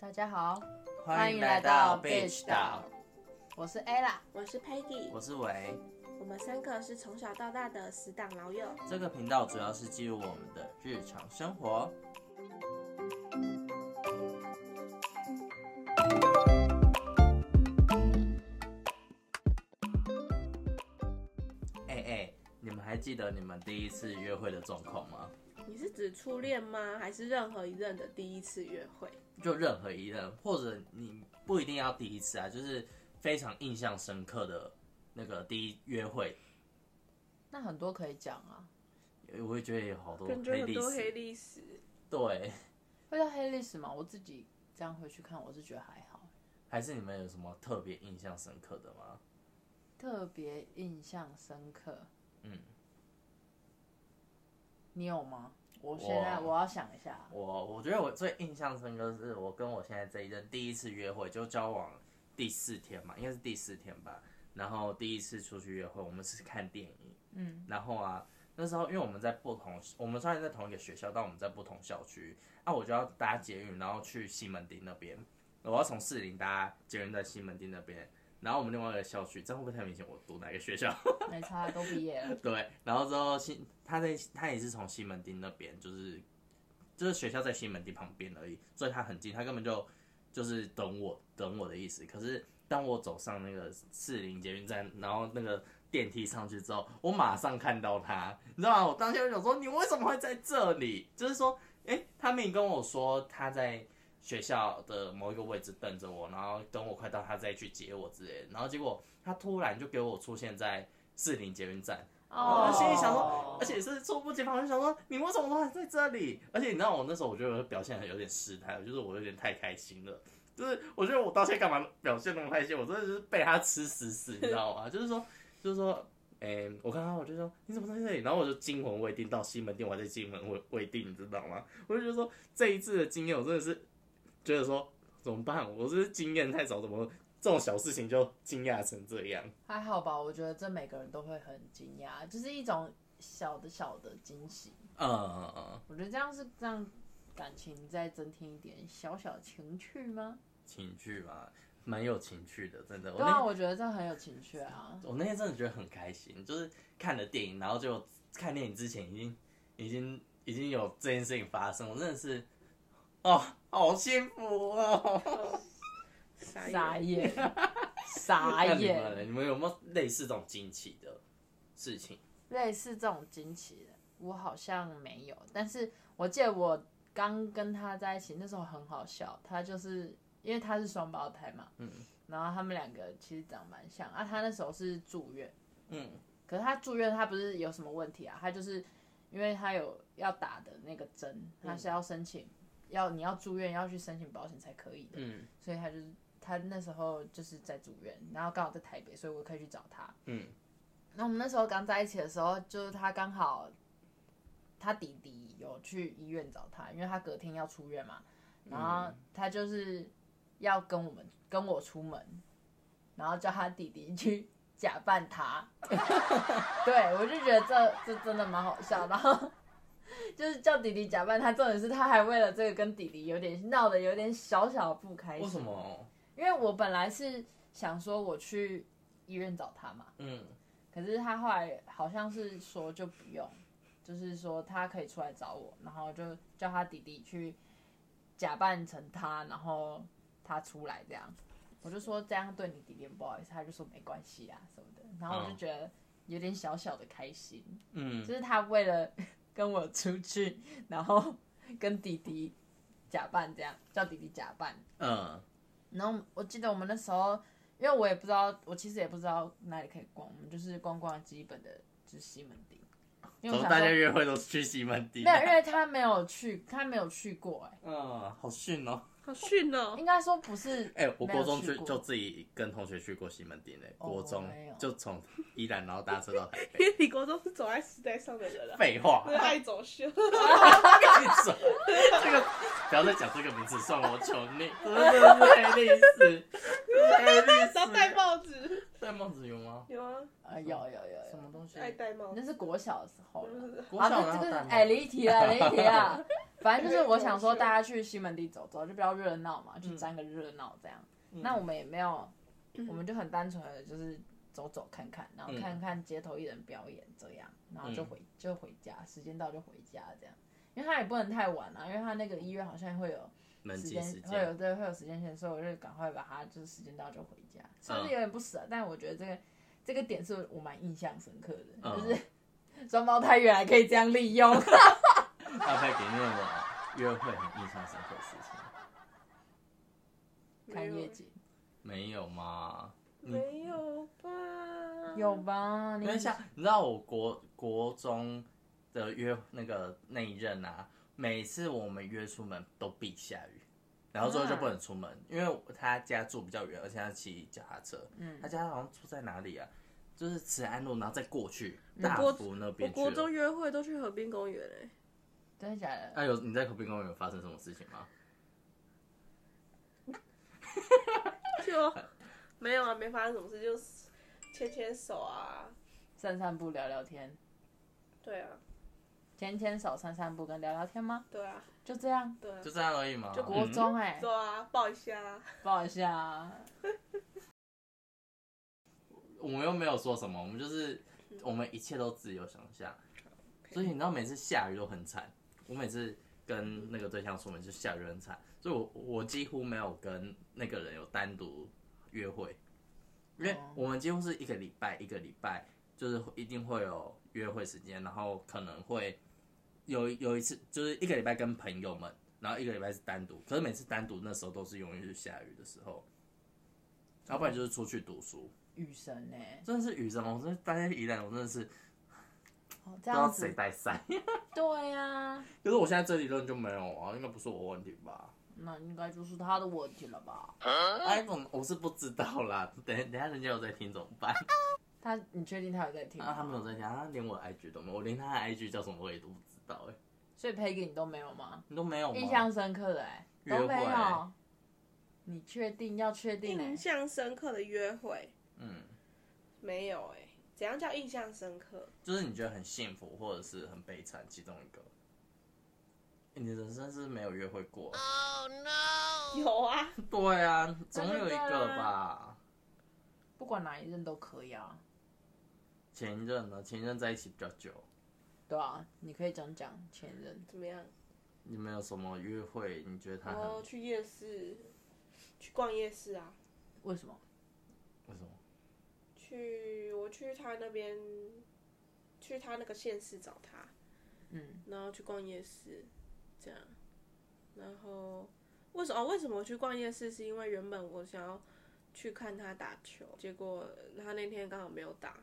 大家好，欢欢迎迎来来到到 Beach Beach 岛岛，我是 Ella。我是 Peggy，我是维。我们三个是从小到大的死党老友。这个频道主要是记录我们的日常生活。哎哎，你们还记得你们第一次约会的状况吗？你是指初恋吗？还是任何一任的第一次约会？就任何一任，或者你不一定要第一次啊，就是非常印象深刻的那个第一约会，那很多可以讲啊，我会觉得有好多感觉黑很历多黑史。历史。对，会到黑历史吗？我自己这样回去看，我是觉得还好。还是你们有什么特别印象深刻的吗？特别印象深刻，嗯，你有吗？我现在我啊我要想一下，我我觉得我最印象深刻是我跟我现在这一任第一次约会，就交往第四天嘛，应该是第四天吧。然后第一次出去约会，我们是看电影，嗯，然后啊，那时候因为我们在不同，我们虽然在同一个学校，但我们在不同校区。啊，我就要搭捷运，然后去西门町那边，我要从士林搭捷运到西门町那边，然后我们另外一个校区，这样会不会太明显？我读哪个学校？没差，都毕业了。 对，然后之后西他在他也是从西门町那边，就是就是学校在西门町旁边而已，所以他很近，他根本就就是等我等我的意思。可是当我走上那个士林捷运站，然后那个电梯上去之后，我马上看到他，你知道吗？我当下就想说，你为什么会在这里？就是说，诶，他明明跟我说他在。学校的某一个位置等着我，然后等我快到，他再去接我之类的。然后结果他突然就给我出现在士林捷运站，哦我心里想说，而且是猝不及防，就想说你为什么都还在这里？而且你知道我那时候，我觉得我表现得有点失态，就是我有点太开心了，就是我觉得我到现在干嘛表现那么开心，我真的就是被他吃死死，你知道 吗？就是说，就是说，诶、我看到我就说你怎么在这里？然后我就惊魂未定，到西门店我还在惊魂未未定，你知道吗？我就觉得说这一次的经验，我真的是觉得说怎么办？我是不是经验太少，怎么这种小事情就惊讶成这样？还好吧，我觉得这每个人都会很惊讶，就是一种小的小的惊喜。嗯嗯嗯，我觉得这样是让感情再增添一点小小情趣吗？情趣吧，蛮有情趣的，真的。我对哦那啊，我觉得这很有情趣啊。我那天真的觉得很开心，就是看了电影，然后就看电影之前已经已经已经有这件事情发生，我真的是哦，好幸福哦！傻眼眼， 傻那你们呢眼，你们有没有类似这种惊奇的事情？类似这种惊奇的，我好像没有。但是我记得我刚跟他在一起那时候很好笑，他就是因为他是双胞胎嘛，嗯，然后他们两个其实长蛮像啊。他那时候是住院，嗯，可是他住院他不是有什么问题啊，他就是因为他有要打的那个针，嗯他是要申请，要你要住院要去申请保险才可以的，嗯，所以他就是他那时候就是在住院，然后刚好在台北，所以我可以去找他。嗯，那我们那时候刚在一起的时候，就是他刚好他弟弟有去医院找他，因为他隔天要出院嘛，嗯然后他就是要跟我们跟我出门，然后叫他弟弟去假扮他。 对，我就觉得这这真的 蛮好笑。然后就是叫弟弟假扮他，重点是他还为了这个跟弟弟有点闹得有点小小不开心。为什？么？因为我本来是想说我去医院找他嘛，嗯可是他后来好像是说就不用，就是说他可以出来找我，然后就叫他弟弟去假扮成他，然后他出来这样。我就说这样对你弟弟很不好意思，他就说没关系啊什么的，然后我就嗯觉得有点小小的开心，嗯就是他为了跟我出去，然后跟弟弟假扮这样，叫弟弟假扮，嗯然后我记得我们那时候，因为我也不知道，我其实也不知道哪里可以逛，我们就是逛逛基本的，就是西门町。因为怎我么想大家说，约会都是去西门町？没有，因为他没有去，他没有去过、哎，嗯，好逊哦。好逊哦、应该说不是。哎、我没有国中去就过就自己跟同学去过西门町诶、哦国中我没有就从宜兰然后搭车到台北。因为李国忠是走在时代上的人啊，废话，是爱走秀。跟你说，这个不要再讲这个名字，算我求你，真的是黑历史，黑历然后戴史。帽子，戴帽子有吗？有啊，呃，有有有什么有，东西？嗯爱戴帽那子。是国小的时候了。国啊，小这这然后个是戴帽哎子离题了，离题了。反正就是我想说，大家去西门町走走，就比较热闹嘛，去沾个热闹这样。那我们也没有，我们就很单纯的就是走走看看，然后看看街头艺人表演这样，然后就回就回家，时间到就回家这样。因为他也不能太晚啊，因为他那个医院好像会有门时禁间时，会有间，对会有时间线，所以我就赶快把它就是时间到就回家，算嗯是有点不舍，但我觉得这个这个点是我蛮印象深刻的，嗯就是 双胞胎原来可以这样利 用。搭配给那种约会很印象深刻的事情，没看有夜景，没有吗？没有吧？有吧？你因为像你知道，我国国中的约那个那一任啊，每次我们约出门都必下雨，然后之后就不能出门，因为他家住比较远，而且他骑脚踏车。嗯他家好像住在哪里啊？就是慈安路，然后再过去嗯大国福那我边去国了。中约会都去河滨公园哎、真的假的？啊，有你在河滨公园有发生什么事情吗？就没有啊，没发生什么事，就是牵牵手啊，散散步聊聊天，对啊，牵牵手散散步跟聊聊天吗？对啊，就这样，对啊就，这样而已吗？就国中哎、走啊，抱一下啊，抱一下啊。嗯我们又没有说什么，我们就是我们一切都自由想象。所以你知道每次下雨都很惨，我每次跟那个对象出门就下雨很惨，所以我我几乎没有跟那个人有单独约会，因为哦我们几乎是一个礼拜一个礼拜，就是一定会有约会时间，然后可能会有有一次就是一个礼拜跟朋友们，然后一个礼拜是单独，可是每次单独那时候都是永远是下雨的时候，要不然就是出去读书，雨神哎、真的是雨神，我真的待在宜兰，我真的是哦这不知道样谁子，带伞。 对呀、可是我现在这理论就没有啊，应该不是我问题吧？那应该就是他的问题了吧？哎，我我是不知道啦，等等下人家有在听怎么办？ 他，你确定他有在听吗？啊，他没有在听，他连我的 IG 都没有，我连他的 IG 叫什么我也都不知道哎、所以 Peggy 你都没有吗？你都没有吗？印象深刻的哎、约都会没有。你确定要确定、印欸？象深刻的约会嗯，没有哎、怎样叫印象深刻？就是你觉得很幸福或者是很悲惨，其中一个。哎你的人生是没有约会过、有啊，对啊，总有一个吧。不管哪一任都可以啊。前任呢？前任在一起比较久，对啊，你可以讲讲前任。怎么样？你们有什么约会？你觉得他然很、后去夜市，去逛夜市啊，为什么？为什么？去我去他那边，去他那个县市找他，嗯，然后去逛夜市，这样。然后为什么、哦？为什么我去逛夜市？是因为原本我想要去看他打球，结果他那天刚好没有打，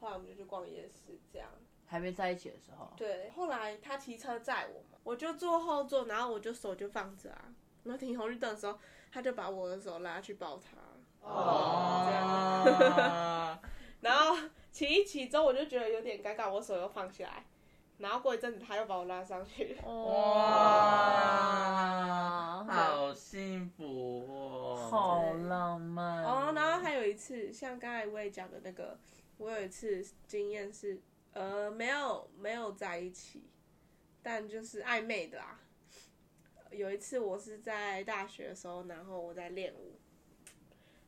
后来我们就去逛夜市，这样。还没在一起的时候，对，后来他骑车载我嘛，我就坐后座，然后我就手就放着啊。然后停红绿灯的时候，他就把我的手拉去抱他，哦 这样。哦，然后骑一骑之后，我就觉得有点尴尬，我手又放下来。然后过一阵子，他又把我拉上去。哦哇，好幸福哦！好浪漫哦，然后还有一次，像刚才我也讲的那个，我有一次经验是，呃，没有没有在一起，但就是暧昧的啦。有一次我是在大学的时候，然后我在练舞，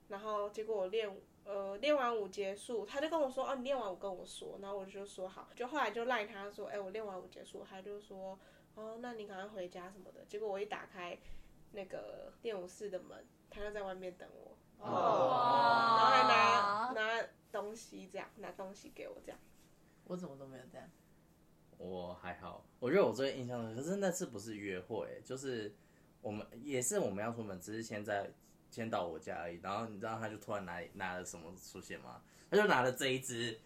然后结果我练舞，呃，练完舞结束，他就跟我说，哦，你练完舞跟我说，然后我就说好，就后来就赖他说，哎、我练完舞结束，他就说，哦，那你赶快回家什么的。结果我一打开那个练舞室的门，他就在外面等我。哦哦然后还拿拿东西这样，拿东西给我这样。我怎么都没有这样。我还好，我觉得我最印象的，可是那次不是约会，就是我们也是我们要出门，只是先在先到我家而已。然后你知道他就突然拿拿了什么出现吗？他就拿了这一只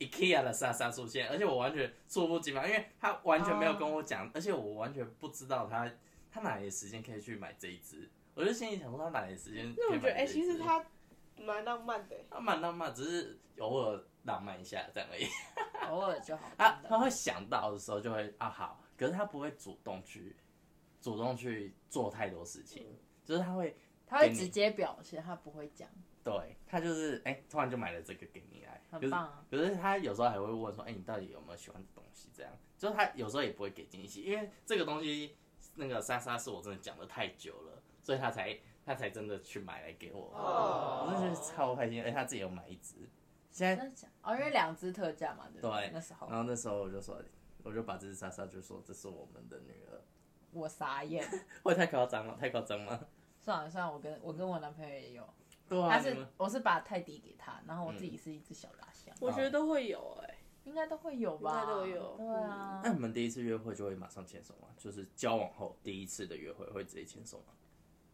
IKEA 的莎莎出现，而且我完全猝不及防，因为哦他完全没有跟我讲而且我完全不知道他他哪里有时间可以去买这一只。我就心里想说他哪来时间？那我觉得，哎、哎、其实他蛮浪漫的、他蛮浪漫，只是偶尔浪漫一下这样而已。偶尔就好。他真的 他会想到的时候就会啊好，可是他不会主动去主动去做太多事情，嗯就是他会他给会你直接表现，他不会讲，对他就是哎、突然就买了这个给你来，很棒啊。可是可是他有时候还会问说，哎、你到底有没有喜欢的东西？这样，就是他有时候也不会给惊喜，因为这个东西那个莎莎是我真的讲的太久了，所以他才他才真的去买来给我，哦我真的觉得超开心，而且他自己有买一只，现在真的假的哦，因为两只特价嘛，对不哎对那时候然后那时候我就说，我就把这只莎莎就说这是我们的女儿，我傻 眼。会太夸张了，太夸张了。算了算了，我跟我跟我男朋友也有，对啊，他你是们我是把泰迪给他，然后我自己是一只小拉香，我觉得都会有、哎、应该都会有吧？嗯应该都有对啊那，你们第一次约会就会马上牵手吗？就是交往后第一次的约会会直接牵手吗？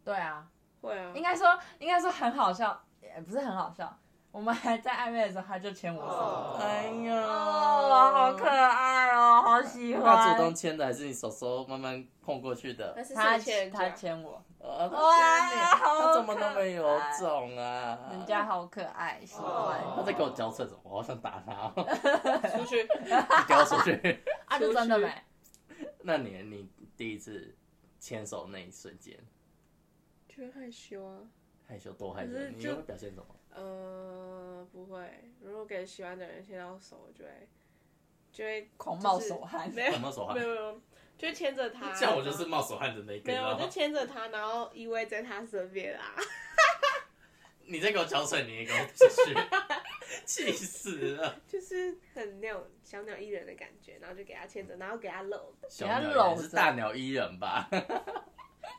对啊。会啊应。该说，应该说很好笑，也不是很好笑。我们还在暧昧的时候，他就牵我手，哦哎呀，哦，好可爱哦，好喜他欢。主动牵的还是你手手慢慢碰过去的？但是他谁欠人家他牵我，呃，哇他怎么好可那么有种啊？人家好可爱，喜他哦欢。在给我交厕所，我好想打他哦！ 出去，你给我出去。啊，就真的没，那你你第一次牵手那一瞬间觉 得害羞啊。害羞多害羞可是？你就会表现什么？啊呃，不会。如果给喜欢的人牵到手，我就会就会狂冒手汗就是没有 我冒手汗没有没有，就牵着他。像我就是冒手汗的那一个，没你知有，我道就吗？牵着他，然后依偎在他身边啊。 你在给我浇水，你也给我出 去，气死了！就是很那种小鸟依人的感觉，然后就给他牵着，然后给他搂。小他鸟搂也着是大鸟依人吧？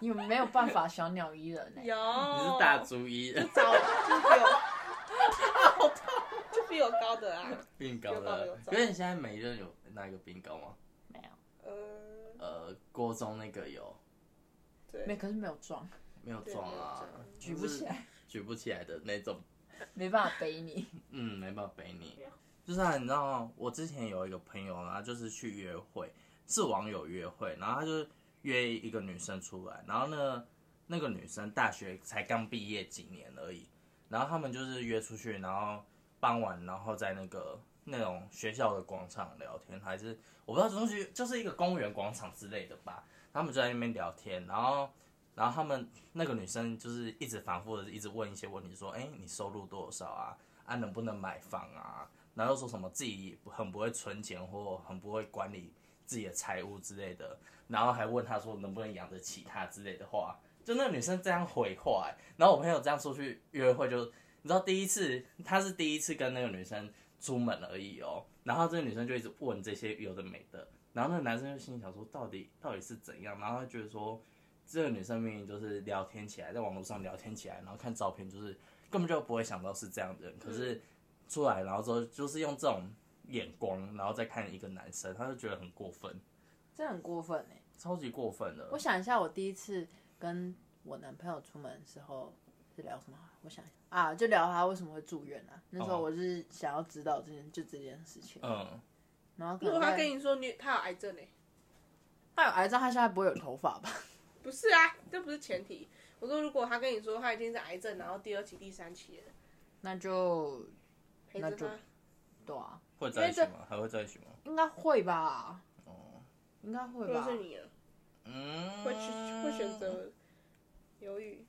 你你们没有办法小鸟依人欸呢。有，是大哦猪依人，早就比我，就比我高的啊。病高有吧有的吧。可是你现在每一任有那个病高吗？没有，呃，呃，锅中那个有对，没，可是没有撞，没有撞啊对没有撞？举不起，来，举不起来的那种。没办法背你。嗯，没办法背你。就是啊，你知道吗？我之前有一个朋友啊，就是去约会，是网友约会，然后他就约一个女生出来，然后呢，那个女生大学才刚毕业几年而已，然后他们就是约出去，然后傍晚，然后在那个那种学校的广场聊天，还是我不知道，东西就是一个公园广场之类的吧。他们就在那边聊天，然后，然后他们那个女生就是一直反复的一直问一些问题，说，哎、你收入多少啊？啊，能不能买房啊？然后又说什么自己很不会存钱或很不会管理自己的财务之类的，然后还问他说能不能养得起他之类的话，就那个女生这样回话、欸然后我朋友这样出去约会就，你知道第一次他是第一次跟那个女生出门而已哦，然后这个女生就一直问这些有的没的，然后那个男生就心里想说到底到底是怎样，然后他觉得说。这个女生明明就是聊天起来，在网络上聊天起来，然后看照片，就是根本就不会想到是这样的人。可是嗯出来，然后之后就是用这种眼光，然后再看一个男生，他就觉得很过分，这很过分哎！超级过分我的。想一下，我第一次跟我男朋友出门的时候是聊什么啊？我想一下啊，就聊他为什么会住院啊。那时候我是想要知道这件就这件事情，哦嗯，然后可如能果他会跟你说你他有癌症呢、欸他有癌症，他现在不会有头发吧？ 不是啊，这不是前提。我说，如果他跟你说他已经是癌症，然后第二期、第三期了，那就陪那着就他，对啊，会在一起吗？还会在一起吗？应该会吧？哦，应该会如果吧？是你啊，嗯，会去会选择犹豫。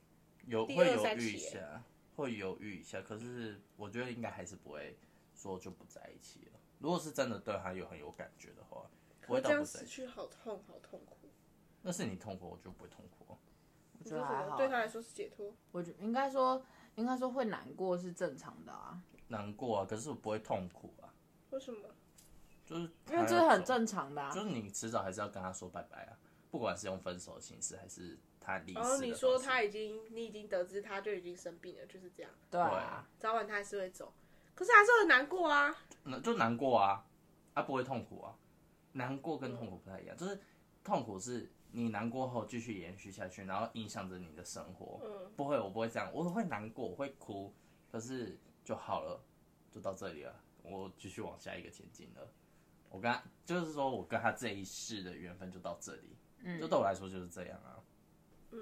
有第会二犹三豫一期耶下，会犹豫一下。可是我觉得应该还是不会说就不在一起了。如果是真的对他有很有感觉的话，不会这到不在样死一起。去好痛，好痛苦。那是你痛苦，我就不会痛苦。我你觉说得啊还什好么？对，他来说是解脱。我觉应该说应该说会难过是正常的啊，难过啊，可是我不会痛苦啊，为什么？就是因为他这要是很走正常的啊就。是你迟早还是要跟他说拜拜啊，不管是用分手的形式还是他离世的然方后式。哦你说他已经，你已经得知他就已经生病了，就是这样，对啊，早晚他还是会走，可是还是很难过啊。那就难过啊，啊不会痛苦啊，难过跟痛苦不太一样，就是痛苦是你难过后继续延续下去，然后影响着你的生活。嗯，不会，我不会这样，我会难过，我会哭，可是就好了，就到这里了，我继续往下一个前进了。我跟他就是说我跟他这一世的缘分就到这里，就对我来说就是这样啊。嗯，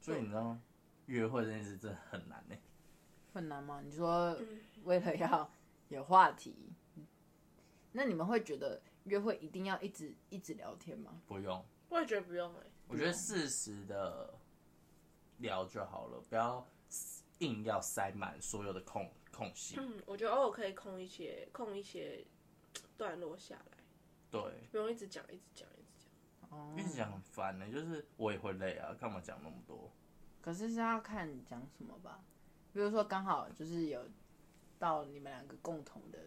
所以你知道，约会这件事真的很难呢、欸很难吗？你说为了要有话题，那你们会觉得约会一定要一直一直聊天吗？不用，我也觉得不用哎、我觉得适时的聊就好了，不要硬要塞满所有的空空隙。嗯，我觉得偶尔可以空一些空一些段落下来，对，不用一直讲一直讲一直讲。哦一直讲很烦呢、欸就是我也会累啊，干嘛讲那么多？可是是要看讲什么吧。比如说，刚好就是有到你们两个共同的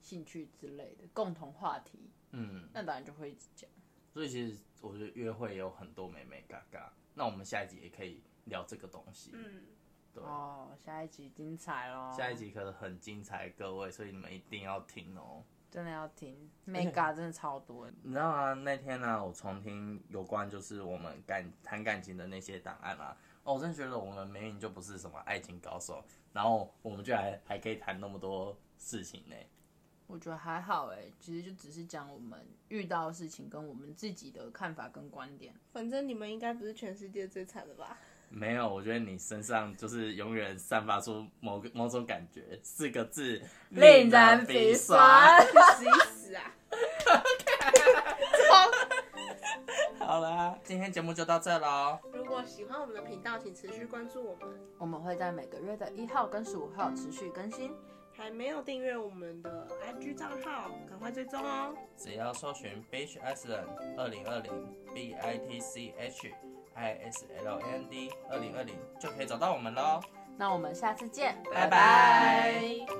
兴趣之类的共同话题，嗯，那当然就会一直讲。所以其实我觉得约会有很多美美嘎嘎。那我们下一集也可以聊这个东西。嗯，对，哦，下一集精彩喽！下一集可能很精彩，各位，所以你们一定要听哦。真的要 听，mega 真的超多的。你知道吗？那天呢、我重听有关就是我们感谈感情的那些档案啊，哦，我真的觉得我们明明就不是什么爱情高手，然后我们居然还可以谈那么多事情呢、我觉得还好哎、其实就只是讲我们遇到的事情跟我们自己的看法跟观点。反正你们应该不是全世界最惨的吧？没有，我觉得你身上就是永远散发出某个某种感觉，四个字，令人鼻酸。去死一死啊！好啦，今天节目就到这喽，如果喜欢我们的频道，请持续关注我们。我们会在每个月的一号跟十五号持续更新。还没有订阅我们的 IG 账号，赶快追踪哦！只要搜寻 Beach Island 二零二零 B I T C H I S L A N D 二零二零就可以找到我们喽。那我们下次见，拜拜拜